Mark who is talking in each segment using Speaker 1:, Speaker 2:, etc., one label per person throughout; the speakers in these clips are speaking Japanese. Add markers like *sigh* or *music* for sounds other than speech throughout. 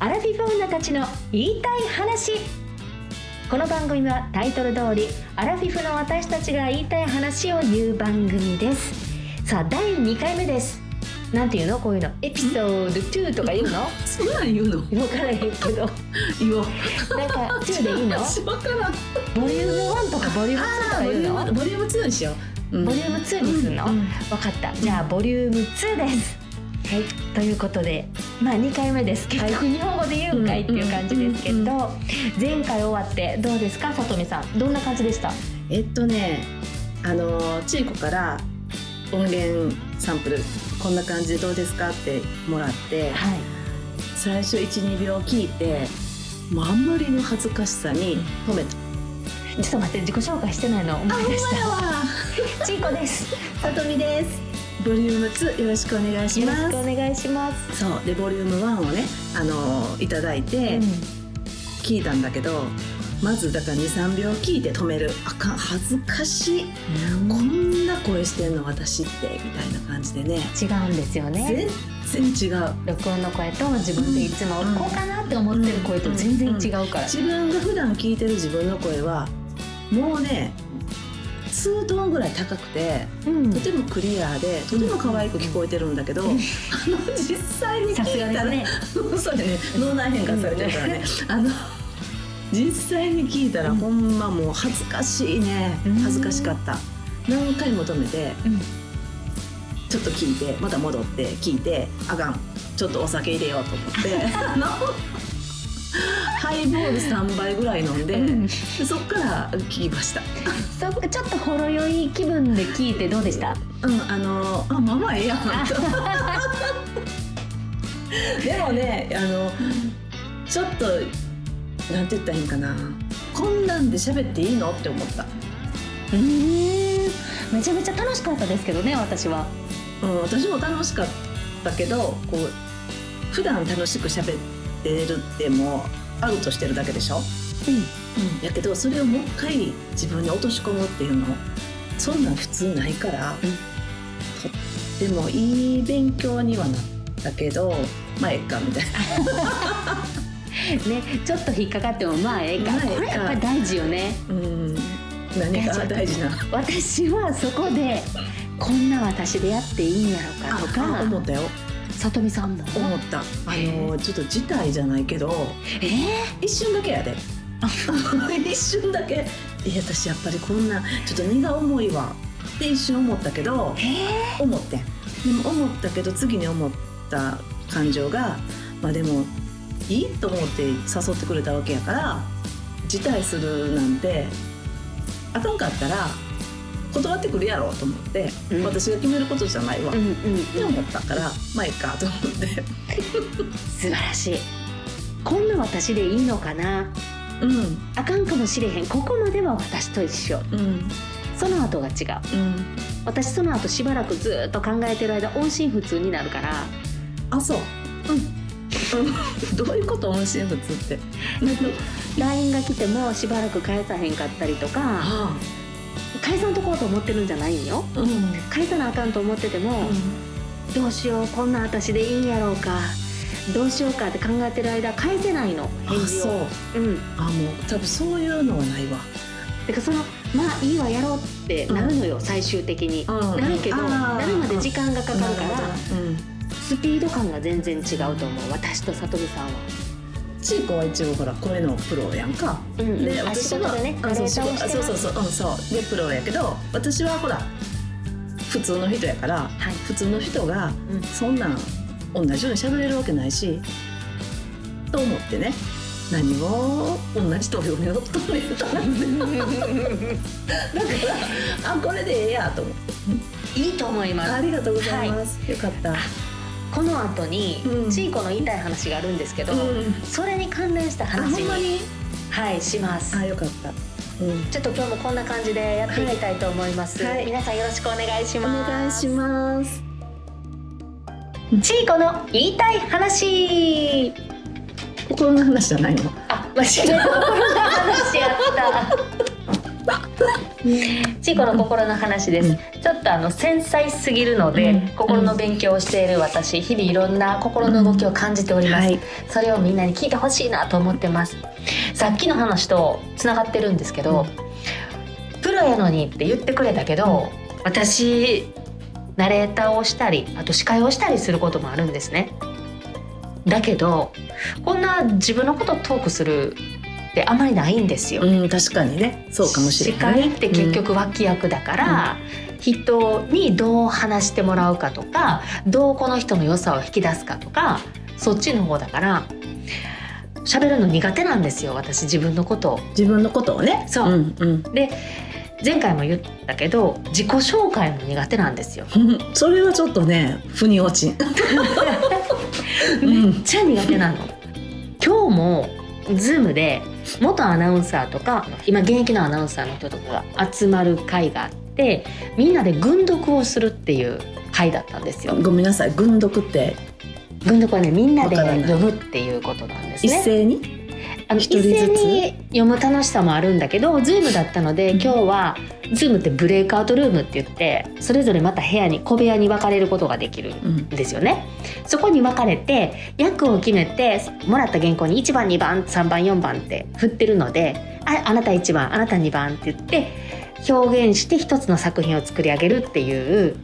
Speaker 1: 婦女たちの言いたい話この番組はタイトル通りアラフィフの私たちが言いたい話を言う番組ですさあ第2回目ですなんていうのこういうのエピソード2とか言うの
Speaker 2: そんなん言うの
Speaker 1: 分からへんけど
Speaker 2: 言おう
Speaker 1: なんか2でいいの
Speaker 2: わからん
Speaker 1: ボリューム1とかボリューム2とか
Speaker 2: ボリ
Speaker 1: 言う
Speaker 2: ュー
Speaker 1: の
Speaker 2: ムボリューム2にしよう、うん
Speaker 1: ボリューム2にするの、
Speaker 2: うんうん
Speaker 1: 分かったじゃあボリューム2ですはいということでまあ2回目です結局日本語で言うんかいっていう感じですけど
Speaker 2: うんうん
Speaker 1: 前回終わってどうですかさとみさんどんな感じでした
Speaker 2: えっとねあのチーコから音源サンプルこんな感じでどうですかってもらって
Speaker 1: はい
Speaker 2: 最初12秒聞いてもうあんまりの恥ずかしさに止めた
Speaker 1: ちょっと待って自己紹介してないの思い出し
Speaker 2: わ
Speaker 1: たちいこです
Speaker 2: さとみですボリューム2よろしくお願いし
Speaker 1: よ
Speaker 2: ま
Speaker 1: ろしくお
Speaker 2: す
Speaker 1: 願いします
Speaker 2: そうでボリューム1をねあのいただいて
Speaker 1: う
Speaker 2: 聞いたんだけど、まずだから23秒聞いて止めるあかん恥ずかしい
Speaker 1: ん
Speaker 2: こんな声してんの私ってみたいな感じでね
Speaker 1: 違うんですよね
Speaker 2: 全然違う
Speaker 1: 録音の声と自分でいつも
Speaker 2: うん
Speaker 1: こうかなって思ってる声と全然違うから、
Speaker 2: 自分が普段聞いてる自分の声はもうね数トーンぐらい高くて
Speaker 1: うん
Speaker 2: とてもクリアでとても可愛く聞こえてるんだけど、
Speaker 1: うん
Speaker 2: あの実際に
Speaker 1: さす
Speaker 2: 聞
Speaker 1: が
Speaker 2: い
Speaker 1: で
Speaker 2: た
Speaker 1: す
Speaker 2: ら
Speaker 1: ね
Speaker 2: そうだね脳内変換されてるからね、あの実際に聞いたら
Speaker 1: うん
Speaker 2: ほんまもう恥ずかしいね
Speaker 1: うん
Speaker 2: 恥ずかしかった何回も止めて
Speaker 1: うん
Speaker 2: ちょっと聞いてまた戻って聞いてあかんちょっとお酒入れようと思っ
Speaker 1: *laughs*
Speaker 2: てあのハイボール3杯ぐらい飲んで、
Speaker 1: うん
Speaker 2: そっから聞きました
Speaker 1: そっかちょっとほろ酔い気分で聞いてどうでした
Speaker 2: うんあのあまあまあええやんと *laughs* でもねあのちょっとなんて言ったらいいんかなこんなんで喋っていいのって思った、
Speaker 1: うーんめちゃめちゃ楽しかったですけどね私は
Speaker 2: うん、私も楽しかったけどこう普段楽しく喋ってるってもアウトしてるだけでしょ
Speaker 1: うん
Speaker 2: やけどそれをもう一回自分に落とし込むっていうのそんなん普通ないから、
Speaker 1: うん
Speaker 2: とってもいい勉強にはなったけどまあええかみたいな
Speaker 1: ねちょっと引っかかってもまあええか、
Speaker 2: まあええか
Speaker 1: これやっぱり大事よね
Speaker 2: うん何が大
Speaker 1: 大
Speaker 2: 事な
Speaker 1: 私はそこでこんな私でやっていいんやろかと
Speaker 2: あ思っ
Speaker 1: か
Speaker 2: たよ
Speaker 1: さとみさんも
Speaker 2: 思ったあ
Speaker 1: へ
Speaker 2: のちょっと事態じゃないけど
Speaker 1: えー
Speaker 2: 一瞬だ
Speaker 1: *laughs*
Speaker 2: けやで一瞬だけいや私やっぱりこんなちょっと荷が重いわって一瞬思ったけど
Speaker 1: え
Speaker 2: 思ってんでも思ったけど次に思った感情がまあでもいいと思って誘ってくれたわけやから辞退するなんてあかんかったら断ってくるやろうと思って、
Speaker 1: うん
Speaker 2: 私が決めることじゃないわ、
Speaker 1: ー
Speaker 2: っ
Speaker 1: うん
Speaker 2: て
Speaker 1: うん、うん、
Speaker 2: 思ったからまあいいかと思って
Speaker 1: 素晴らしいこんな私でいいのかな
Speaker 2: うん
Speaker 1: あかんかもしれへんここまでは私と一緒
Speaker 2: うん
Speaker 1: その後が違う
Speaker 2: うん
Speaker 1: 私その後しばらくずーっと考えてる間音信不通になるから
Speaker 2: あそううん *laughs* どういうこと音信不通って
Speaker 1: LINE が来てもしばらく返さへんかったりとか
Speaker 2: あ
Speaker 1: 返さんとこうと思ってるんじゃないんよ
Speaker 2: あうん、うん
Speaker 1: 返さなあかんと思ってても、どうしようこんな私でいいんやろうかどうしようかって考えてる間返せないの返
Speaker 2: あ
Speaker 1: 事
Speaker 2: そ
Speaker 1: を
Speaker 2: う
Speaker 1: うん
Speaker 2: あもう多分そういうのはないわ
Speaker 1: てかそのまあいいわやろうってなるのよ、最終的に、
Speaker 2: うん
Speaker 1: なるけど
Speaker 2: あー
Speaker 1: なるまで時間がかかるから
Speaker 2: うん
Speaker 1: スピード感が全然違うと思う私とさとみさんは
Speaker 2: ちいこは一応ほら声のプロやんか。
Speaker 1: うんうん
Speaker 2: で
Speaker 1: あ
Speaker 2: 私
Speaker 1: 仕事
Speaker 2: は
Speaker 1: でね
Speaker 2: あそう仕
Speaker 1: ナレーターをして
Speaker 2: 事
Speaker 1: ます
Speaker 2: そうそうそううんそうでプロやけど私はほら普通の人やから
Speaker 1: はい
Speaker 2: 普通の人が
Speaker 1: うん
Speaker 2: そんなん同じように喋れるわけないしと思ってね何も同じ投票に乗っとるやったらだからあこれでええやと思っ
Speaker 1: *laughs*
Speaker 2: て
Speaker 1: いいと思います
Speaker 2: ありがとうございます、よかった。
Speaker 1: この後に、
Speaker 2: うん
Speaker 1: ちいこの言いたい話があるんですけど、
Speaker 2: ん、
Speaker 1: それに関連した
Speaker 2: あ
Speaker 1: 話
Speaker 2: ほんま
Speaker 1: に
Speaker 2: に
Speaker 1: はいします
Speaker 2: あよかった。うん
Speaker 1: ちょっと今日もこんな感じでやっていきたいと思います、
Speaker 2: はいはい
Speaker 1: 皆さんよろしくお願いし
Speaker 2: お
Speaker 1: ます
Speaker 2: 願いします。
Speaker 1: ちいこの言いたい話
Speaker 2: 心の話じゃないの。 *laughs*
Speaker 1: あ、間違えた心の話やったちいこの心の話です、
Speaker 2: うん
Speaker 1: ちょっとあの繊細すぎるので、
Speaker 2: うん
Speaker 1: 心の勉強をしている私日々いろんな心の動きを感じております、
Speaker 2: はい
Speaker 1: それをみんなに聞いてほしいなと思ってますさっきの話とつながってるんですけど、プロやのにって言ってくれたけど私ナレーターをしたりあと司会をしたりすることもあるんですねだけどこんな自分のことをトークするってあまりないんですよ、
Speaker 2: うん確かにねそうかもしれない
Speaker 1: 司会って結局脇役だから、人にどう話してもらうかとかどうこの人の良さを引き出すかとかそっちの方だから喋るの苦手なんですよ私自分のことを。
Speaker 2: 自分のことをね
Speaker 1: そうん
Speaker 2: うん *laughs*
Speaker 1: で前回も言ったけど自己紹介も苦手なんですよ。
Speaker 2: うんそれはちょっとね腑に落ちん
Speaker 1: めっちゃ苦手なの。今日もズームで元アナウンサーとか今現役のアナウンサーの人とかが集まる会があってみんなで軍読をするっていう会だったんですよ。
Speaker 2: ごめんなさい軍読って
Speaker 1: 軍読はねみんなで
Speaker 2: わからない
Speaker 1: 読むっていうことなんです
Speaker 2: 一
Speaker 1: ね。
Speaker 2: 斉に、
Speaker 1: あの
Speaker 2: 一人
Speaker 1: 一
Speaker 2: ずつ
Speaker 1: 斉に読む楽しさもあるんだけど Zoom だったので
Speaker 2: うん
Speaker 1: 今日は Zoom ってブレイクアウトルームって言ってそれぞれまた部屋に小部屋に分かれることができる
Speaker 2: うん
Speaker 1: ですよねそこに分かれて役を決めてもらった原稿に1番2番3番4番って振ってるのでああなた1番あなた2番って言って表現して一つの作品を作り上げるっていう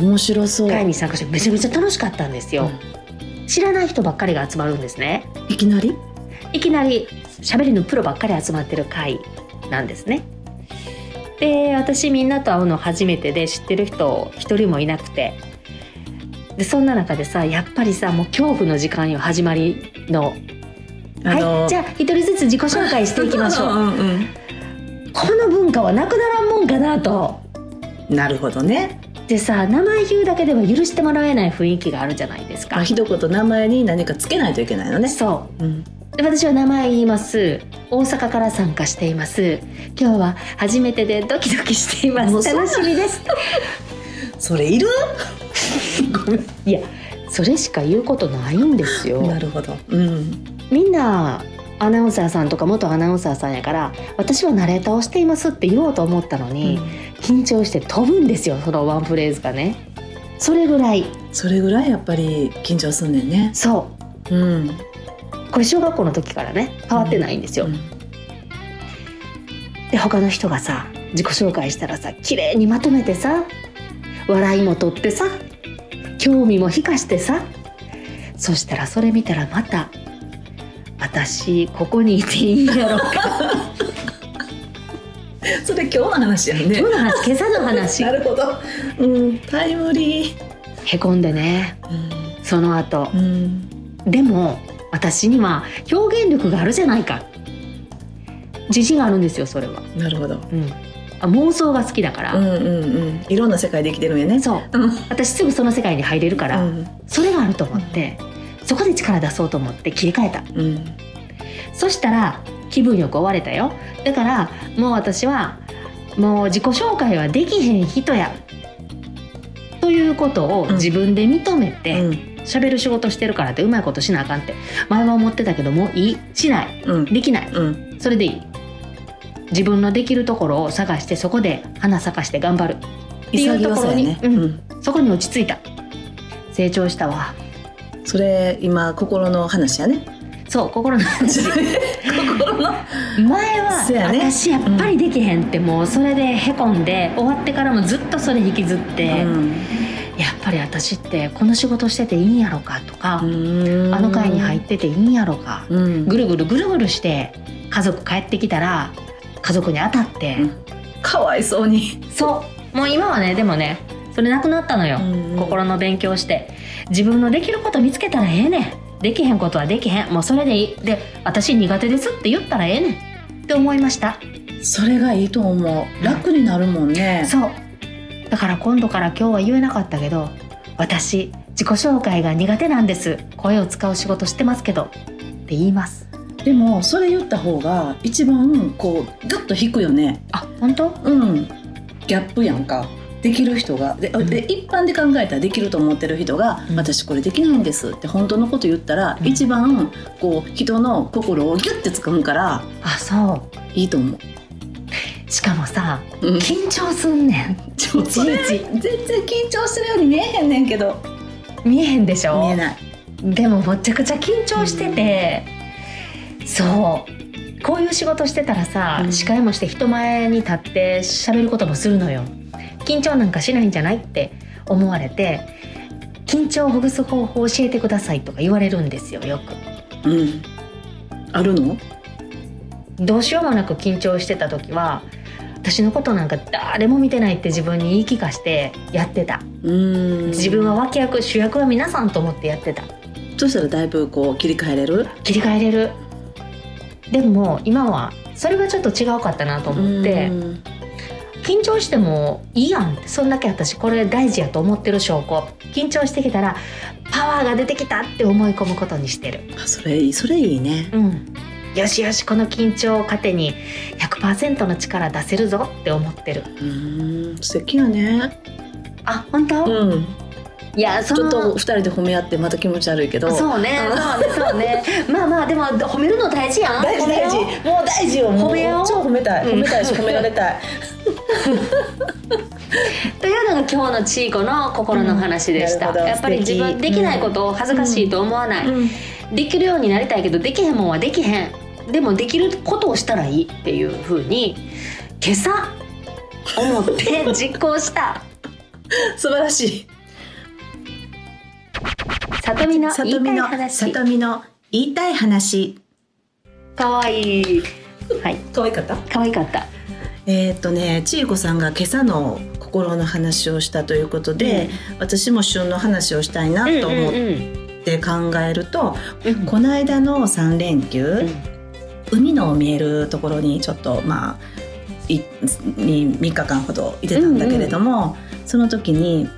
Speaker 2: 面白そう、
Speaker 1: 会に参加してめちゃめちゃ楽しかったんですよ、知らない人ばっかりが集まるんですね
Speaker 2: いきなり
Speaker 1: いきなり喋りのプロばっかり集まってる会なんですねで私みんなと会うの初めてで知ってる人一人もいなくてでそんな中でさやっぱりさもう恐怖の時間よ始まりのはいじ
Speaker 2: ゃ
Speaker 1: ゃあ一人ずつ自己紹介していきまし
Speaker 2: *laughs*
Speaker 1: ょう
Speaker 2: うんうん
Speaker 1: この文化はなくならんもんかなと
Speaker 2: うんなるほどね、
Speaker 1: でさ名前言うだけでは許してもらえない雰囲気があるじゃないです
Speaker 2: まあ、
Speaker 1: か
Speaker 2: ひどこと名前に何かつけないといけないのね、
Speaker 1: そう
Speaker 2: うん、
Speaker 1: で私は名前言います大阪から参加しています今日は初めてでドキドキしていま
Speaker 2: もう
Speaker 1: す
Speaker 2: そんな
Speaker 1: 楽しみ
Speaker 2: *laughs*
Speaker 1: です
Speaker 2: それいるごめん
Speaker 1: いやそれしか言うことないんですよ
Speaker 2: なるほど、うん、
Speaker 1: みんなアナウンサーさんとか元アナウンサーさんやから私はナレーターをしていますって言おうと思ったのに、緊張して飛ぶんですよそのワンフレーズがねそれぐらい
Speaker 2: それぐらいやっぱり緊張すんねんね、
Speaker 1: そ
Speaker 2: うん、
Speaker 1: うこれ小学校の時からね変わってないんですよ、で他の人がさ自己紹介したらさ綺麗にまとめてさ笑いも取ってさ興味も引かしてさそしたらそれ見たらまた「私ここにいていいんやろか
Speaker 2: それ今日の話や」ね
Speaker 1: 今日の話今朝の話
Speaker 2: なるほど、うん、タイムリー、
Speaker 1: へこんでねその後
Speaker 2: うんうん、
Speaker 1: でも私には表現力があるじゃないか自信があるんですよそれは、
Speaker 2: なるほど
Speaker 1: うん、あ妄想が好きだから、
Speaker 2: うんうんうんいろんな世界で生きてるんやね
Speaker 1: そう
Speaker 2: うん
Speaker 1: 私すぐその世界に入れるから、
Speaker 2: うん
Speaker 1: それがあると思ってそこで力出そうと思って切り替えた
Speaker 2: うん
Speaker 1: そしたら気分よく終われたよだからもう私はもう自己紹介はできへん人やということを
Speaker 2: うん
Speaker 1: 自分で認め
Speaker 2: う
Speaker 1: て
Speaker 2: ん
Speaker 1: 喋、る仕事してるからってうまいことしなあかんって前は思ってたけどもういいしない
Speaker 2: うん
Speaker 1: できない
Speaker 2: うん
Speaker 1: それでいい自分のできるところを探してそこで花咲かして頑張るていうと
Speaker 2: 潔
Speaker 1: こ
Speaker 2: さ
Speaker 1: ろ
Speaker 2: や
Speaker 1: に
Speaker 2: ね、
Speaker 1: うん
Speaker 2: うん
Speaker 1: そこに落ち着いた成長したわ
Speaker 2: それ今心の話やね
Speaker 1: そう心の話
Speaker 2: 心の
Speaker 1: 前は
Speaker 2: そうやね
Speaker 1: 私やっぱりできへんってもうそれでへこんで終わってからもずっとそれ引きずって、やっぱり私ってこの仕事してていいんやろかとか、
Speaker 2: うん
Speaker 1: あの会に入ってていいんやろか、
Speaker 2: うん
Speaker 1: ぐるぐるぐるぐるして家族帰ってきたら家族に当たって、
Speaker 2: うんかわいそうに
Speaker 1: そうもう今はねでもねそれなくなったのよ、心の勉強して自分のできること見つけたらええねんできへんことはできへんもうそれでいいで私苦手ですって言ったらええねんって思いました
Speaker 2: それがいいと思う楽になるもんね
Speaker 1: そうだから今度から今日は言えなかったけど私自己紹介が苦手なんです声を使う仕事してますけどって言います
Speaker 2: でもそれ言った方が一番こうグッと引くよね
Speaker 1: あ本当
Speaker 2: うんギャップやんかできる人がで,、
Speaker 1: うん
Speaker 2: で一般で考えたらできると思ってる人が
Speaker 1: う
Speaker 2: 「
Speaker 1: ん
Speaker 2: 私これできないんです」って本当のこと言ったら、
Speaker 1: うん
Speaker 2: 一番こう人の心をギュッて掴むから
Speaker 1: あそう
Speaker 2: いいと思う
Speaker 1: しかもさ
Speaker 2: うん
Speaker 1: 緊張すんね
Speaker 2: ちょっとね
Speaker 1: *laughs* いちい
Speaker 2: 全然緊張してるように見えへんねんけど
Speaker 1: ん見えへんでしょ
Speaker 2: 見えない
Speaker 1: でもめちゃくちゃ緊張してて、そうこういう仕事してたらさ、
Speaker 2: うん
Speaker 1: 司会もして人前に立って喋ることもするのよ緊張なんかしないんじゃないって思われて緊張をほぐす方法を教えてくださいとか言われるんですよよく
Speaker 2: うんあるの
Speaker 1: どうしようもなく緊張してた時は私のことなんか誰も見てないって自分に言い聞かしてやってた
Speaker 2: うん
Speaker 1: 自分は脇役主役は皆さんと思ってやってた
Speaker 2: そしたらだいぶこう切り替えれる
Speaker 1: 切り替えれるでも今はそれがちょっと違うかったなと思って
Speaker 2: うん
Speaker 1: 緊張してもいいやんってそんだけ私これ大事やと思ってる証拠緊張してきたらパワーが出てきたって思い込むことにしてる
Speaker 2: あそれいいそれいいね
Speaker 1: うんよしよしこの緊張を糧に100%の力出せるぞって思ってる
Speaker 2: うん素敵やね
Speaker 1: あ本当、
Speaker 2: うん
Speaker 1: いやそ
Speaker 2: ちょ
Speaker 1: の
Speaker 2: っと二人で褒め合ってまた気持ち悪いけど
Speaker 1: そうねそうねそうねまあまあでも褒めるの大事やん
Speaker 2: 大事
Speaker 1: 褒めよ
Speaker 2: 大
Speaker 1: う
Speaker 2: 事もう大事よもう
Speaker 1: 褒めよう
Speaker 2: 超褒めたい
Speaker 1: うん
Speaker 2: 褒めたいし褒められたい
Speaker 1: というのが今日のちいこの心の話でした、
Speaker 2: うんなるほど
Speaker 1: やっぱり自
Speaker 2: 素
Speaker 1: 分
Speaker 2: 敵
Speaker 1: できないことを恥ずかしいと思わない、
Speaker 2: うん
Speaker 1: できるようになりたいけどできへんもんはできへんでもできることをしたらいいっていうふうに今朝思って実行した
Speaker 2: 素晴らしい
Speaker 1: さとみ
Speaker 2: *laughs*
Speaker 1: の言いたい
Speaker 2: さ
Speaker 1: 話
Speaker 2: とみの言いたい話
Speaker 1: かわいいはい
Speaker 2: 可愛かった
Speaker 1: かわいかった
Speaker 2: えーっとねちいこさんが今朝の心の話をしたということで、私も旬の話をしたいなと思
Speaker 1: う
Speaker 2: っ
Speaker 1: んうん
Speaker 2: て考えると、
Speaker 1: うんうん
Speaker 2: この間の3連休、海の見えるところにちょっとまあいに3日間ほどいてたんだけれども、その時に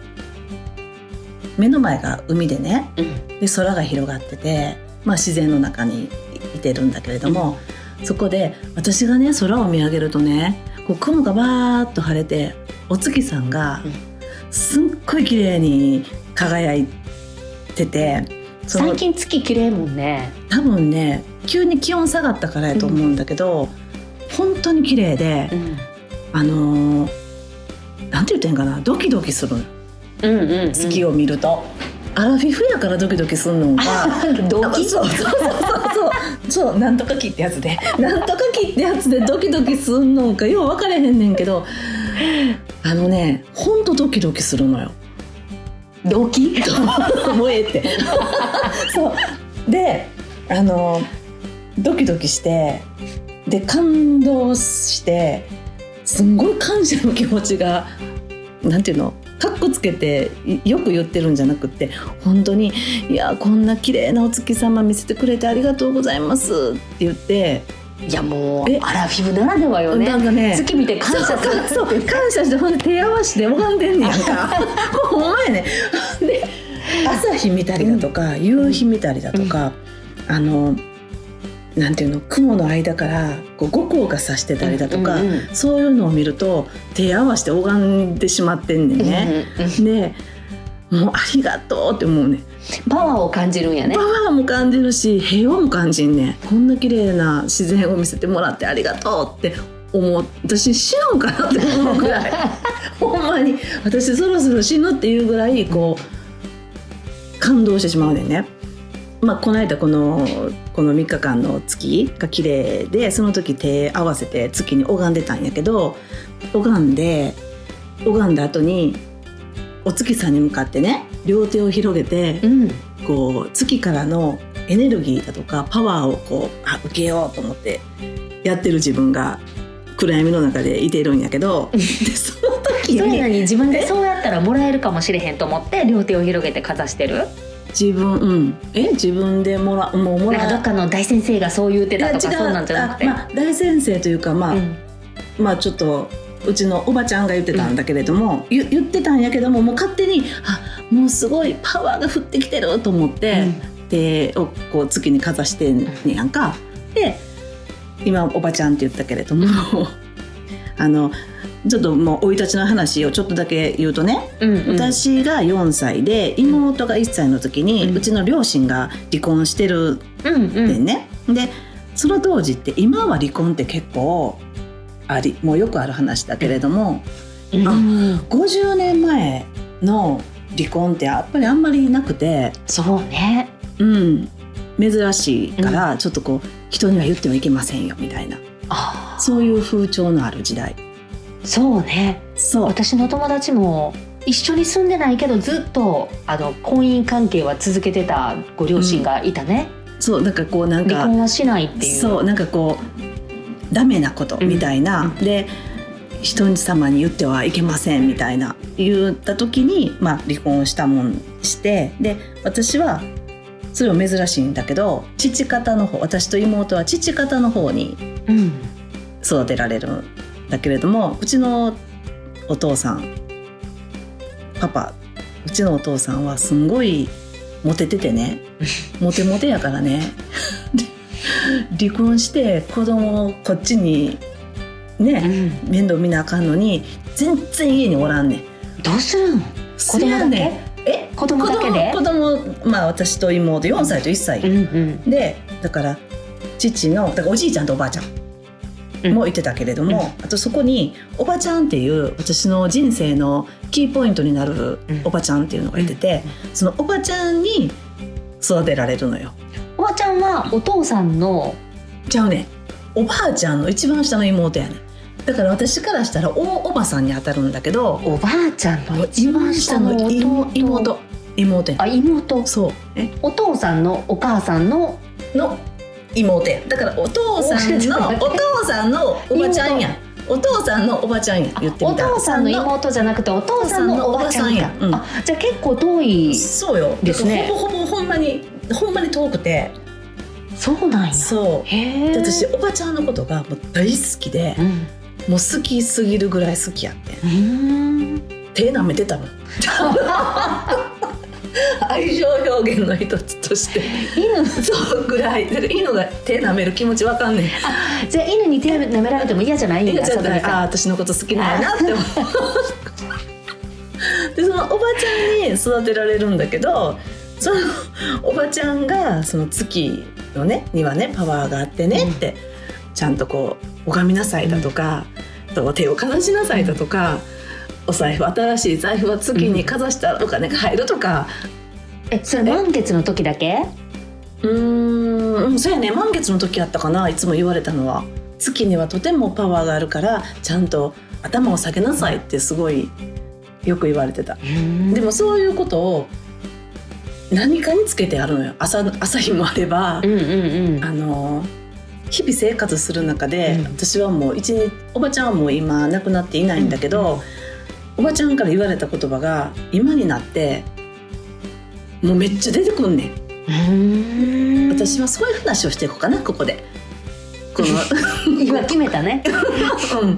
Speaker 2: 目の前が海でね
Speaker 1: うん
Speaker 2: で空が広がってて、まあ、自然の中にいてるんだけれども、そこで私がね空を見上げるとねこう雲がバーッと晴れてお月さんが
Speaker 1: うん
Speaker 2: すっごい綺麗に輝いててその
Speaker 1: 最近月綺麗もんね
Speaker 2: 多分ね急に気温下がったからやと思うんだけど、本当に綺麗で、
Speaker 1: うん
Speaker 2: あのーなんて言ってんかなドキドキするの
Speaker 1: うんうんうん
Speaker 2: 月を見ると、アラフィフやからドキドキするのが
Speaker 1: 動機
Speaker 2: そうそうそうそうそうそうなんとか期ってやつでなんとか期ってやつでドキドキすんのかよう分かれへんねんけどあのねほんとドキドキするのよ
Speaker 1: 動機
Speaker 2: *laughs* もうええってそうであのドキドキしてで感動してすんごい感謝の気持ちがなんていうのかっこつけていよく言ってるんじゃなくって本当に「いやこんな綺麗なお月様見せてくれてありがとうございます」って言って、
Speaker 1: いやもう
Speaker 2: え
Speaker 1: アラフィフならではよね
Speaker 2: なんかね
Speaker 1: 月見て感謝する
Speaker 2: そうそう感謝してほんで手合わせて拝んでんねやんかほんまやねで朝日見たりだとか、夕日見たりだとか、あのなんていうの雲の間からこう五光が差してたりだとか、
Speaker 1: うんうん
Speaker 2: そういうのを見ると手合わせて拝んでしまってんねん
Speaker 1: うん
Speaker 2: ね、
Speaker 1: うんうん
Speaker 2: でもうありがとうって思うね
Speaker 1: パワーを感じるんやね
Speaker 2: パワーも感じるし平和も感じんねんこんな綺麗な自然を見せてもらってありがとうって思う私死ぬんかなって思うぐらい *laughs* ほんまに私そろそろ死ぬっていうぐらいこう感動してしまうねんね。まあ、この間このこの3日間の月が綺麗でその時手合わせて月に拝んでたんやけど拝んで拝んだ後にお月さんに向かってね両手を広げて
Speaker 1: うん
Speaker 2: こう月からのエネルギーだとかパワーをこうあ受けようと思ってやってる自分が暗闇の中でいてるんやけどでその時
Speaker 1: それな
Speaker 2: に
Speaker 1: に自分でそうやったらもらえるかもしれへんと思って両手を広げてかざしてる
Speaker 2: 自分、うん、え自分でもらもうも
Speaker 1: なん
Speaker 2: ら
Speaker 1: かどっかの大先生がそう言うてたとか
Speaker 2: いや違
Speaker 1: そうなんじゃなくて、
Speaker 2: あまあ、大先生というか、まあ
Speaker 1: うん
Speaker 2: まあちょっとうちのおばちゃんが言ってたんだけれども、ゆ言ってたんやけどももう勝手にあもうすごいパワーが降ってきてると思って。手をこう月にかざしてんねやんか。で今おばちゃんって言ったけれども *laughs* あのちょっともう生い立ちの話をちょっとだけ言うとね、
Speaker 1: うんうん
Speaker 2: 私が4歳で妹が1歳の時に、
Speaker 1: う
Speaker 2: うんちの両親が離婚してる
Speaker 1: うんうん
Speaker 2: でね、でその当時って今は離婚って結構ありもうよくある話だけれども
Speaker 1: うんうん、
Speaker 2: 50年前の離婚ってやっぱりあんまりなくて、
Speaker 1: そうね
Speaker 2: うん、珍しいからちょっとこう人には言ってはいけませんよみたいな
Speaker 1: ああ
Speaker 2: そういう風潮のある時代
Speaker 1: そうね
Speaker 2: そう
Speaker 1: 私の友達も一緒に住んでないけどずっとあの婚姻関係は続けてたご両親がいたね、
Speaker 2: そうなんかこうなん
Speaker 1: 離
Speaker 2: か
Speaker 1: 婚はしないっていう
Speaker 2: そうなんかこうダメなことみたいな、
Speaker 1: うん
Speaker 2: で人様に言ってはいけませんみたいな言った時に、まあ、離婚したもんしてで私はそれは珍しいんだけど父方の方私と妹は父方の方に
Speaker 1: うん、
Speaker 2: 育てられるんだけれどもうちのお父さんパパうちのお父さんはすんごいモテて
Speaker 1: *laughs*
Speaker 2: てねモテモテやからねで離婚して子供をこっちに
Speaker 1: う
Speaker 2: ね
Speaker 1: ん、
Speaker 2: 面倒見なあかんのに全然家におらんねん
Speaker 1: どうするの子供だ
Speaker 2: せや
Speaker 1: け
Speaker 2: ねんえ
Speaker 1: 子供だけで
Speaker 2: 子供子供まあ私と妹4歳と1歳、
Speaker 1: うんうん
Speaker 2: でだから父のだからおじいちゃんとおばあちゃんもいてたけれども、あとそこにおばちゃんっていう私の人生のキーポイントになる
Speaker 1: うん
Speaker 2: おばちゃんっていうのがいてて、そのおばちゃんに育てられるのよ。
Speaker 1: おばちゃんはお父さんの
Speaker 2: ちゃうねおばあちゃんの一番下の妹やねんだから私からしたらおおばさんに当たるんだけど
Speaker 1: おばあちゃんの一
Speaker 2: 一番
Speaker 1: 番
Speaker 2: 下
Speaker 1: 下
Speaker 2: の
Speaker 1: の弟
Speaker 2: 妹妹妹やね
Speaker 1: あ妹
Speaker 2: んそうえ
Speaker 1: お父さんのお母さんの
Speaker 2: の妹やだからお父さん
Speaker 1: *laughs*
Speaker 2: のお父さんのおばちゃんやお父さんのおばちゃんや言って
Speaker 1: お
Speaker 2: みた
Speaker 1: 父さんの妹じゃなくてお父さんのおばちゃん
Speaker 2: お父
Speaker 1: か
Speaker 2: さんのおばさんや
Speaker 1: あじゃあ結構遠い
Speaker 2: そうよ
Speaker 1: ですね
Speaker 2: ほぼほぼほんまにほんまに遠くて
Speaker 1: そうなんや
Speaker 2: そ
Speaker 1: へ
Speaker 2: う
Speaker 1: え
Speaker 2: で私おばちゃんのことがもう大好きで
Speaker 1: うん
Speaker 2: もう好きすぎるぐらい好きやってん
Speaker 1: うーん
Speaker 2: 手舐めて
Speaker 1: *laughs*
Speaker 2: たもん愛情表現の一つとして
Speaker 1: *laughs* 犬
Speaker 2: そうぐらいだから犬が手舐める気持ちわかんねん
Speaker 1: じゃあ犬に手舐められても嫌じゃないん
Speaker 2: いや
Speaker 1: だ
Speaker 2: ちょっと
Speaker 1: 里
Speaker 2: あ
Speaker 1: 見
Speaker 2: ー
Speaker 1: さん
Speaker 2: 私のこと好きなんやなって思うでそのおばちゃんに育てられるんだけどそのおばちゃんがその月のねにはねパワーがあってねって、ちゃんとこう拝みなさいだとか、と手をかざしなさいだとか、お財布新しい財布は月にかざしたらお金が入るとか
Speaker 1: えそれ満月の時だけ
Speaker 2: うーんうんそうやね満月の時やったかないつも言われたのは月にはとてもパワーがあるからちゃんと頭を下げなさいってすごいよく言われてたでもそういうことを何かにつけてあるのよ朝朝日もあれば、
Speaker 1: うんうんうん
Speaker 2: あの日々生活する中で、
Speaker 1: うん
Speaker 2: 私はもう一日おばちゃんはもう今亡くなっていないんだけど、おばちゃんから言われた言葉が今になってもうめっちゃ出てくんねん。
Speaker 1: うん
Speaker 2: 私はそういう話をしていこうかなここで。こ
Speaker 1: *laughs* 今決めたね
Speaker 2: の、うん、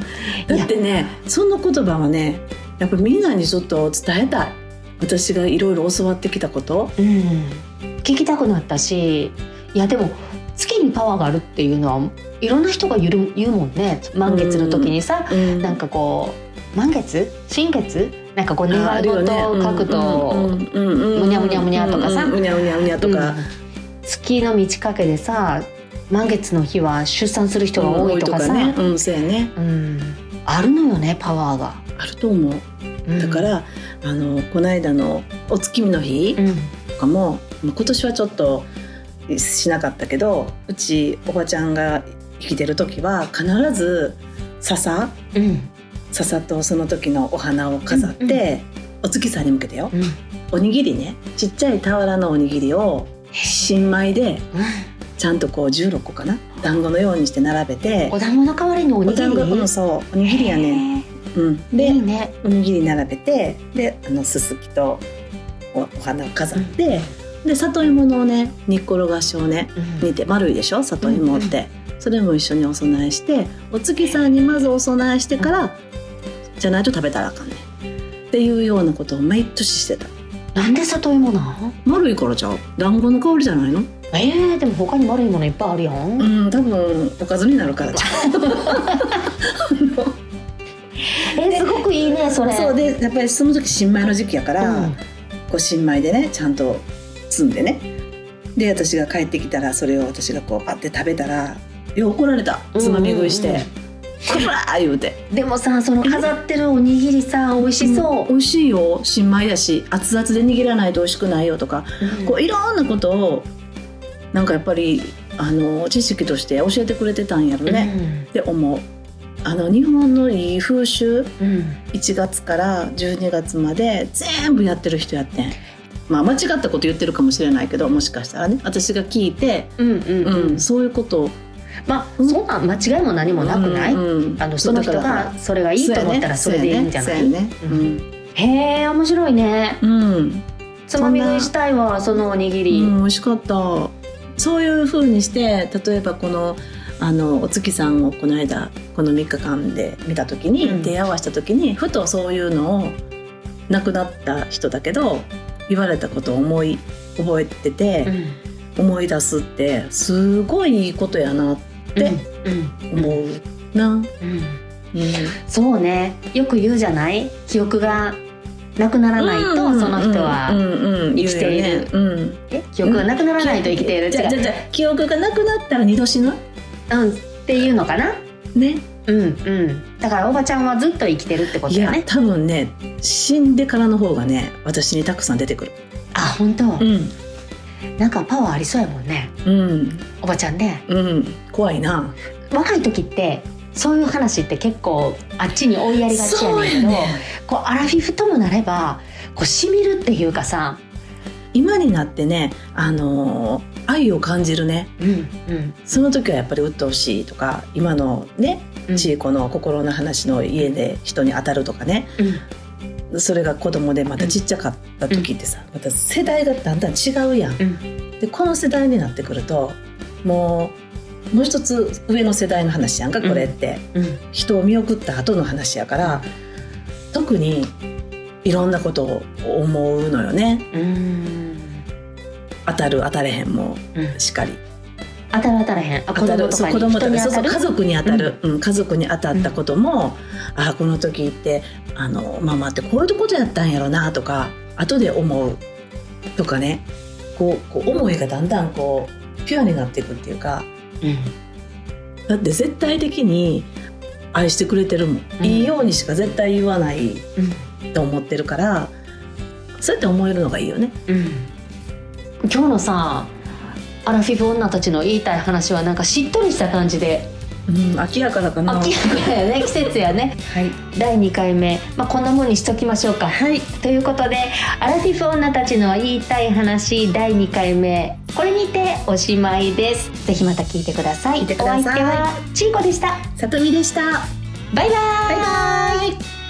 Speaker 2: だってねその言葉はねやっぱりみんなにちょっと伝えたい私がいろいろ教わってきたこと
Speaker 1: うん聞きたくなったしいやでも月にパワーがあるっていうのはいろんな人が言う言うもんね満月の時にさ、な
Speaker 2: な
Speaker 1: んかこう満月新月なんかこう願い事を書くとむ
Speaker 2: む
Speaker 1: にゃむにゃむにゃとかさ
Speaker 2: むにゃむにゃむにゃとか
Speaker 1: うん月の満ち欠けでさ満月の日は出産する人が多いとかさ、
Speaker 2: ねうんそうやね
Speaker 1: うん、あるのよねパワーが。
Speaker 2: あると思う
Speaker 1: うん
Speaker 2: だか、らあのこの間のお月見の日
Speaker 1: うん
Speaker 2: とかももう今年はちょっとしなかったけどうちおばちゃんが生きてる時は必ず笹
Speaker 1: うん
Speaker 2: 笹とその時のお花を飾って、
Speaker 1: うんう
Speaker 2: お月さんに向けてよ
Speaker 1: うん、
Speaker 2: おにぎりねちっちゃい俵のおにぎりを新米でちゃんとこう16個かな団子のようにして並べて
Speaker 1: お団子の代わりにお
Speaker 2: お
Speaker 1: にぎり
Speaker 2: 団子うんそうおにぎりやねん、
Speaker 1: へ
Speaker 2: うん、
Speaker 1: ー
Speaker 2: で
Speaker 1: いいね
Speaker 2: おにぎり並べてであのすすきとおお花を飾って、で里芋のね煮っころがしをね
Speaker 1: うん
Speaker 2: 煮て丸いでしょ里芋って、それも一緒にお供えしてお月さんにまずお供えしてから、じゃないと食べたらあかんねんっていうようなことを毎年してた
Speaker 1: なんで里芋なん
Speaker 2: 丸いからじゃう団子の香りじゃないの
Speaker 1: えー、でも他に丸いものいっぱいあるやん、
Speaker 2: うん多分おかずになるからじゃう
Speaker 1: え *laughs* ーすごくいいねそれ
Speaker 2: そうでやっぱりその時新米の時期やから、
Speaker 1: うん
Speaker 2: こう新米でねちゃんと積んでねで私が帰ってきたらそれを私がこうパッて食べたらよう怒られたつまみ食いして、
Speaker 1: うんうん
Speaker 2: こらー言うて
Speaker 1: でもさその飾ってるおにぎりさ美味しそう、
Speaker 2: 美味しいよ新米だし熱々で握らないと美味しくないよとか、
Speaker 1: うん
Speaker 2: こういろんなことをなんかやっぱりあの知識として教えてくれてたんやろね、って思うあの日本のいい風習
Speaker 1: うんうん
Speaker 2: 1月から12月まで全部やってる人やってんまあ間違ったこと言ってるかもしれないけどもしかしたらね私が聞いて、
Speaker 1: うんうん
Speaker 2: うん
Speaker 1: うん
Speaker 2: そういうこと
Speaker 1: まあそんなん間違いも何もなくない、
Speaker 2: うんうん
Speaker 1: あのその人
Speaker 2: だから
Speaker 1: がそれがいいと思ったらそれでいいんじゃない、
Speaker 2: そうやねそうやね
Speaker 1: へえ面白いね
Speaker 2: うん、うん
Speaker 1: つまみ食いしたいわそのおにぎり、
Speaker 2: うん、美味しかったそういう風にして例えばこのあのお月さんをこの間この3日間で見た時に、
Speaker 1: うん
Speaker 2: 出会わした時にふとそういうのを亡くなった人だけど言われたことを思い覚えて
Speaker 1: う
Speaker 2: て、
Speaker 1: ん
Speaker 2: 思い出すってすごいいいことやなって
Speaker 1: うんうん
Speaker 2: 思うな。うん
Speaker 1: うんそうねよく言うじゃない記憶がなくならないとその人は、
Speaker 2: うんうんうん
Speaker 1: 生きている
Speaker 2: 言うよねうん
Speaker 1: え記憶がなくならないと生きている
Speaker 2: じゃあじゃあ
Speaker 1: 違
Speaker 2: じゃあ記憶がなくなったら二度死ぬ
Speaker 1: う、うん、っていうのかな
Speaker 2: ね
Speaker 1: うんうんだからおばちゃんはずっと生きてるってこと
Speaker 2: い
Speaker 1: だ
Speaker 2: や
Speaker 1: ね
Speaker 2: 多分ね死んでからの方がね私にたくさん出てくる
Speaker 1: あ本当、
Speaker 2: ん
Speaker 1: なんかパワーありそうやもんね
Speaker 2: うん
Speaker 1: おばちゃんね
Speaker 2: うん怖いな
Speaker 1: 若い時ってそういう話って結構あっちに追いやりがちやねんけどこうアラフィフともなればこうしみるっていうかさ
Speaker 2: 今になってねあのー愛を感じるね
Speaker 1: うんうん
Speaker 2: その時はやっぱり鬱陶しいとか今のね
Speaker 1: うん
Speaker 2: ちいこの心の話の家で人に当たるとかね
Speaker 1: うん
Speaker 2: それが子供でまたちっちゃかった時ってさまた世代がだんだん違うやん
Speaker 1: うん
Speaker 2: でこの世代になってくるともうもう一つ上の世代の話やんかこれって、
Speaker 1: うん
Speaker 2: 人を見送った後の話やから特にいろんなことを思うのよね
Speaker 1: うん
Speaker 2: 当たる当たれへんも
Speaker 1: うん
Speaker 2: しっかり
Speaker 1: 当たる当たらへんあ
Speaker 2: 当
Speaker 1: 子
Speaker 2: た
Speaker 1: 供
Speaker 2: る
Speaker 1: と
Speaker 2: そ
Speaker 1: か
Speaker 2: う
Speaker 1: に
Speaker 2: 子供
Speaker 1: 人
Speaker 2: とか
Speaker 1: に当
Speaker 2: そう
Speaker 1: た
Speaker 2: そう
Speaker 1: る
Speaker 2: 家族に当たる、うん家族に当たったことも、ああこの時ってあのママってこういうことやったんやろなとか後で思うとかねこうこう思いがだんだんこうピュアになっていくっていうか
Speaker 1: うん
Speaker 2: だって絶対的に愛してくれてるもん、
Speaker 1: うん
Speaker 2: いいようにしか絶対言わないと思ってるからそうやって思えるのがいいよね。
Speaker 1: うんうん今日のさアラフィフ女たちの言いたい話はなんかしっとりした感じで
Speaker 2: うん、秋やからかな。
Speaker 1: 秋やから *laughs* やね季節やね
Speaker 2: はい。
Speaker 1: 第2回目、まあ、こんなもんにしときましょうか。はい、ということでアラフィフ女たちの言いたい話第2回目これにておしまいです。ぜひまた聞いてください。
Speaker 2: 聞いてください
Speaker 1: お相手はちいこでした。
Speaker 2: さとみでした。
Speaker 1: バイバーイ
Speaker 2: バイバイ。